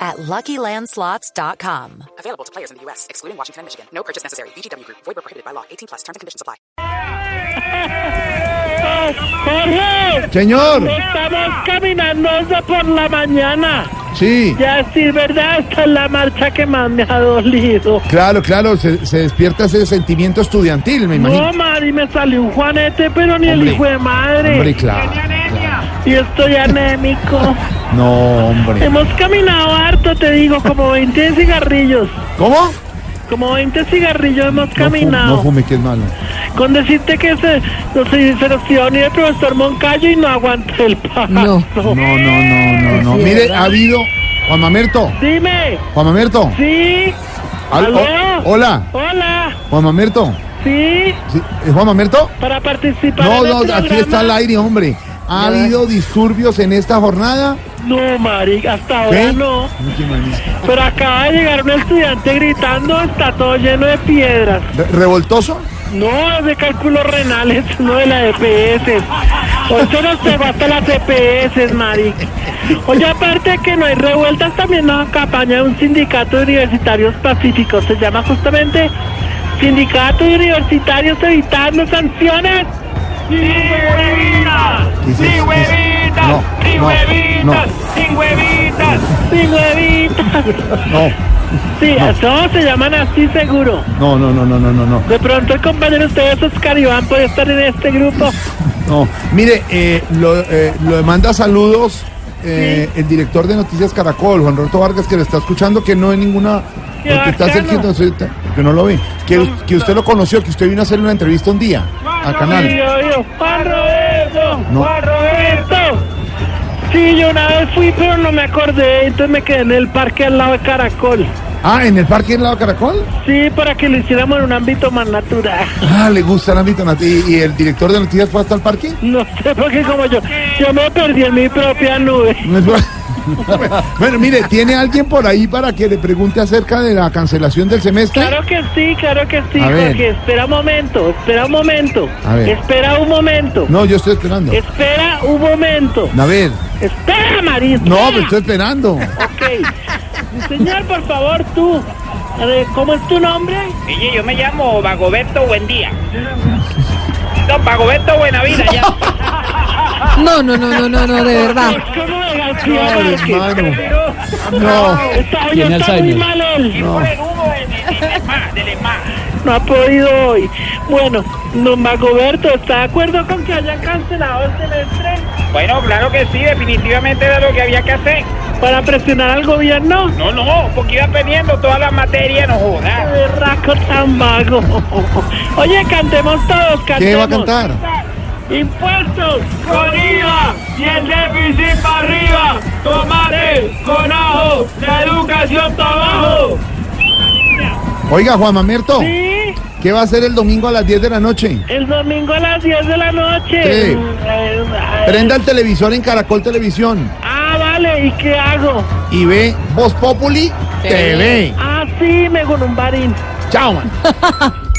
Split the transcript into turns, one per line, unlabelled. at LuckyLandSlots.com.
Available to players in the U.S., excluding Washington and Michigan. No purchase necessary. VGW Group. Void where prohibited by law. 18 plus. Terms and conditions apply.
Jorge,
Señor,
estamos caminando por la mañana.
sí,
Ya sí, ¿verdad? Esta es la marcha que más me ha dolido.
claro, claro, se, se despierta ese sentimiento estudiantil, me
No,
imagino.
Mari, me salió un juanete, pero ni el
Hombre.
hijo de madre.
Hombre, claro.
¿eh? Y estoy anémico.
No, hombre.
Hemos caminado harto, te digo, como 20 cigarrillos.
¿Cómo?
Como 20 cigarrillos hemos
No, fu-
caminado.
no fume, que es malo.
Con decirte que se, se, se nos iba a unir el profesor Moncayo y no aguanté el paso.
No, no, no, no, no. Mire, ha habido. Juan Mamerto,
Dime,
Juan Mamerto.
¿sí?
al- o-
¿Aló?
hola,
Hola,
Juan Mamerto.
sí,
¿Sí? ¿Es Juan Mamerto?
para participar en
No,
el
no, aquí
programa.
está el aire, hombre. ¿Ha habido disturbios en esta jornada?
No, Mari, hasta ahora
¿Qué?
no.
No, qué maravilla.
Pero acaba de llegar un estudiante gritando, está todo lleno de piedras.
Re- ¿Revoltoso?
No, es de cálculos renales, no de la E EPS. Eso nos se va hasta las E EPS, Mari. Oye, aparte que no hay revueltas, también la campaña de un sindicato de universitarios pacíficos. Se llama justamente Sindicato de Universitarios Evitando Sanciones. ¡Sin huevitas!
¿Qué es ¡Sin eso? ¿Qué es eso? huevitas! No, ¡Sin no, huevitas! no.
¡Sin huevitas! ¡Sin huevitas!
No,
Sí, todos se llaman así seguro.
no, no, no, no, no, no, no.
De pronto el compañero de ustedes, Oscar Iván, puede estar en este grupo.
No, mire, eh, lo, eh, lo manda saludos eh, el director de Noticias Caracol, Juan Roberto Vargas, que lo está escuchando, que no hay ninguna...
Qué
Porque está
bacano.
cerquita, no sé, que no lo ve. Que, us- que usted lo conoció, que usted vino a hacerle una entrevista un día
Sí,
al Ah, canal.
yo, yo. Juan Roberto,
No.
Juan Roberto. Sí, yo una vez fui, pero no me acordé, entonces me quedé en el parque al lado de Caracol.
Ah, ¿en el parque del lado Caracol?
Sí, para que lo hiciéramos en un ámbito más natural.
Ah, le gusta el ámbito nat- ¿Y, y el director de Noticias fue hasta el parque?
No sé, porque como yo, yo me perdí en mi propia nube.
bueno, mire, ¿tiene alguien por ahí para que le pregunte acerca de la cancelación del semestre?
Claro que sí, claro que sí,
A ver.
Jorge. Espera un momento, espera un momento.
A ver.
Espera un momento.
No, yo estoy esperando.
Espera un momento.
A ver.
Espera, María.
No, pues,
espera.
pero estoy esperando.
Ok. Señor, por favor, tú. A ver, ¿Cómo es tu nombre?
Oye, yo me llamo Vagoberto Buendía. No, Vagoberto Buenavida, ya.
No, no, no, no, no, no, de verdad.
¿Cómo de
No,
García Márquez?
hermano. No.
Está, oye, está muy mal él.
Por el humo del, del ESMA, del ESMA.
No ha podido hoy. Bueno, don Magoberto, ¿está de acuerdo con que hayan cancelado el semestre
Bueno, claro que sí, definitivamente era lo que había que hacer.
para presionar al gobierno?
No, no, porque iba perdiendo todas las materias, no
Qué
jodas.
berraco tan vago. Oye, cantemos todos, cantemos.
¿Qué va a cantar?
Impuestos con IVA y el déficit para arriba. Tomate con ajo, la educación para abajo.
Oiga, Juan Mamerto,
Sí,
¿qué va a hacer el domingo a las 10 de la noche?
el domingo a las 10 de la noche.
Sí.
Eh, eh,
Prenda el televisor en Caracol Televisión
Ah, vale, ¿y qué hago?
y ve Voz Populi TV.
Ah, sí, me con un barín.
Chao, man.